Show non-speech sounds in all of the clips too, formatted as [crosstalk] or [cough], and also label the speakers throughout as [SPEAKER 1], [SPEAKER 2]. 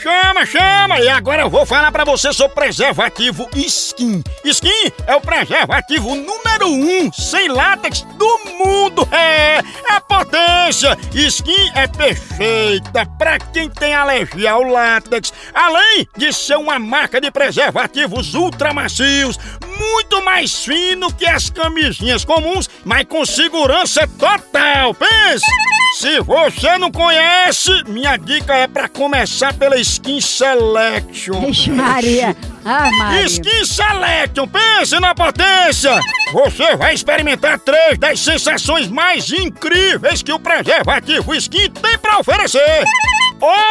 [SPEAKER 1] Chama, chama! E agora eu vou falar pra você sobre preservativo Skin. Skin é o preservativo número um sem látex do mundo. É, é potência. Skin é perfeita pra quem tem alergia ao látex. Além de ser uma marca de preservativos ultramacios, muito mais fino que as camisinhas comuns, mas com segurança total. Pense! Se você não conhece, minha dica é pra começar pela Skin Selection.
[SPEAKER 2] Ixi, Maria! Ah, Maria!
[SPEAKER 1] Skin Selection, pense na potência! Você vai experimentar três das sensações mais incríveis que o preservativo Skin tem pra oferecer.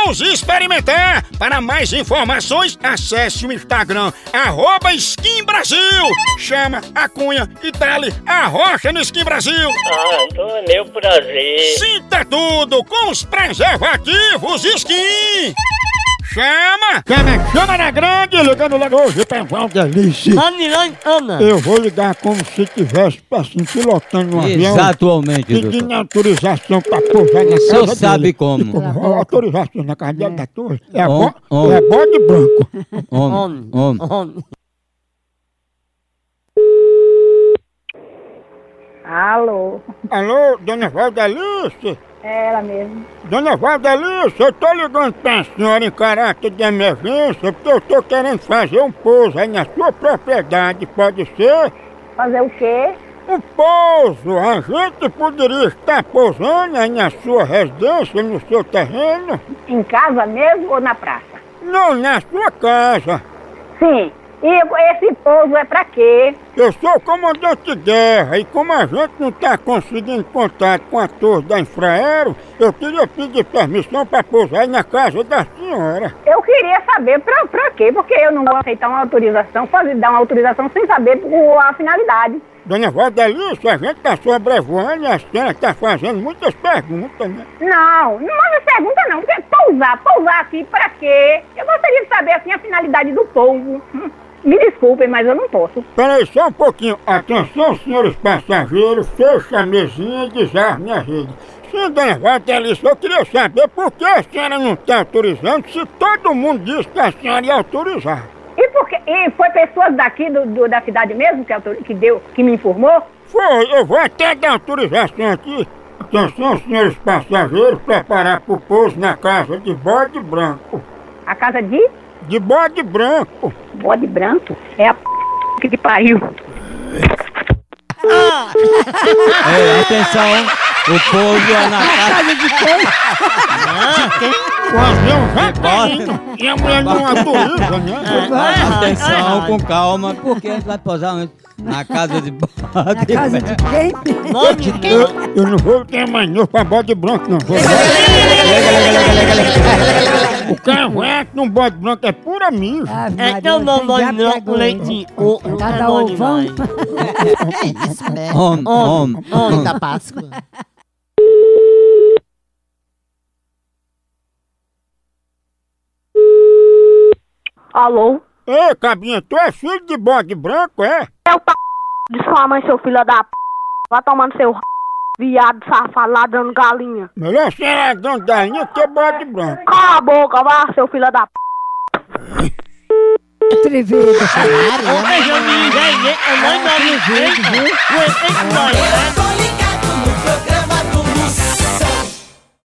[SPEAKER 1] Ouse experimentar! Para mais informações, acesse o Instagram, arroba Skin Brasil. Chama, acunha e tele a rocha no Skin Brasil.
[SPEAKER 3] Ah, do meu prazer.
[SPEAKER 1] Sinta tudo com os preservativos Skin. Chama! Chama, chama na grande, ligando logo hoje, tá uma delícia.
[SPEAKER 4] Vanilane Ana.
[SPEAKER 1] Eu vou ligar como se tivesse assim, pilotando um avião.
[SPEAKER 4] Exatamente,
[SPEAKER 1] Pedindo
[SPEAKER 4] doutor.
[SPEAKER 1] autorização pra pousar na
[SPEAKER 4] O senhor
[SPEAKER 1] casa
[SPEAKER 4] sabe
[SPEAKER 1] dele.
[SPEAKER 4] como.
[SPEAKER 1] E como? Autorização na casa dele da torre. É,
[SPEAKER 4] Om,
[SPEAKER 1] bo,
[SPEAKER 4] om.
[SPEAKER 1] é bode branco.
[SPEAKER 4] Homem, homem.
[SPEAKER 5] Alô,
[SPEAKER 1] Alô, dona Valdelice?
[SPEAKER 5] é ela mesmo.
[SPEAKER 1] Dona Valdelice, eu tô ligando pra senhora em caráter de emergência, porque eu tô querendo fazer um pouso aí na sua propriedade, pode ser?
[SPEAKER 5] Fazer o quê?
[SPEAKER 1] Um pouso, a gente poderia estar pousando aí na sua residência, no seu terreno?
[SPEAKER 5] Em casa mesmo ou na praça?
[SPEAKER 1] Não, na sua casa.
[SPEAKER 5] Sim. E esse pouso é pra quê?
[SPEAKER 1] Eu sou o comandante de guerra e como a gente não está conseguindo contato com a torre da Infraero, eu queria pedir permissão para pousar na casa da senhora.
[SPEAKER 5] Eu queria saber pra, pra quê, porque eu não vou aceitar uma autorização, fazer dar uma autorização sem saber o- a finalidade.
[SPEAKER 1] Dona Valdelice, a gente está sobrevoando e a senhora está fazendo muitas perguntas, né?
[SPEAKER 5] Não, não me pergunta não, porque pousar, pousar aqui pra quê? Eu gostaria de saber assim a finalidade do povo. [laughs] Hum, Me desculpem, mas eu não posso.
[SPEAKER 1] Peraí, só um pouquinho. Atenção, senhores passageiros, fecha a mesinha e desarme a rede. Sim, dona Valdelice, eu queria saber por que a senhora não está autorizando se todo mundo diz que a senhora ia autorizar.
[SPEAKER 5] E porque e foi pessoas daqui do, do- da cidade mesmo que, autor- que deu, que me informou?
[SPEAKER 1] Foi, eu vou até dar autorização aqui. Atenção, senhores passageiros, preparar para o pouso na casa de bode branco.
[SPEAKER 5] A casa de
[SPEAKER 1] De bode branco.
[SPEAKER 5] bode branco é a p... que que pariu.
[SPEAKER 4] Ei, É, atenção, hein? o povo [laughs] é na casa de
[SPEAKER 1] O avião vai caindo e a mulher não autoriza, né?
[SPEAKER 4] Atenção, com calma, porque a gente vai posar onde? Na casa de
[SPEAKER 2] Na casa de quem?
[SPEAKER 1] Eu, eu não vou ter mais novo pra bode branco, não. Vou. o carroete num bode branco é pura mídia.
[SPEAKER 2] Ah, Maria,
[SPEAKER 6] É teu
[SPEAKER 2] tem
[SPEAKER 6] mamãe
[SPEAKER 2] gato
[SPEAKER 6] não com
[SPEAKER 2] agora.
[SPEAKER 6] leite o o
[SPEAKER 2] Cada
[SPEAKER 6] é bom
[SPEAKER 2] ovão.
[SPEAKER 6] demais.
[SPEAKER 4] Homem, homem. tá
[SPEAKER 6] Homem da Páscoa.
[SPEAKER 7] Alô?
[SPEAKER 1] Ei, cabinha, tu é filho de bode branco, é?
[SPEAKER 7] É o p... de sua mãe, seu filho da p... Vai tomando seu r... viado safado ladrando galinha.
[SPEAKER 1] Melhor ser ladrão da linha que bode branco.
[SPEAKER 7] Cala a boca, vá, seu filho da p...
[SPEAKER 2] Atrevido.
[SPEAKER 6] Ô, Benjamin, vem, vem, é nós, nós, vem, vem, vem, vem, vem.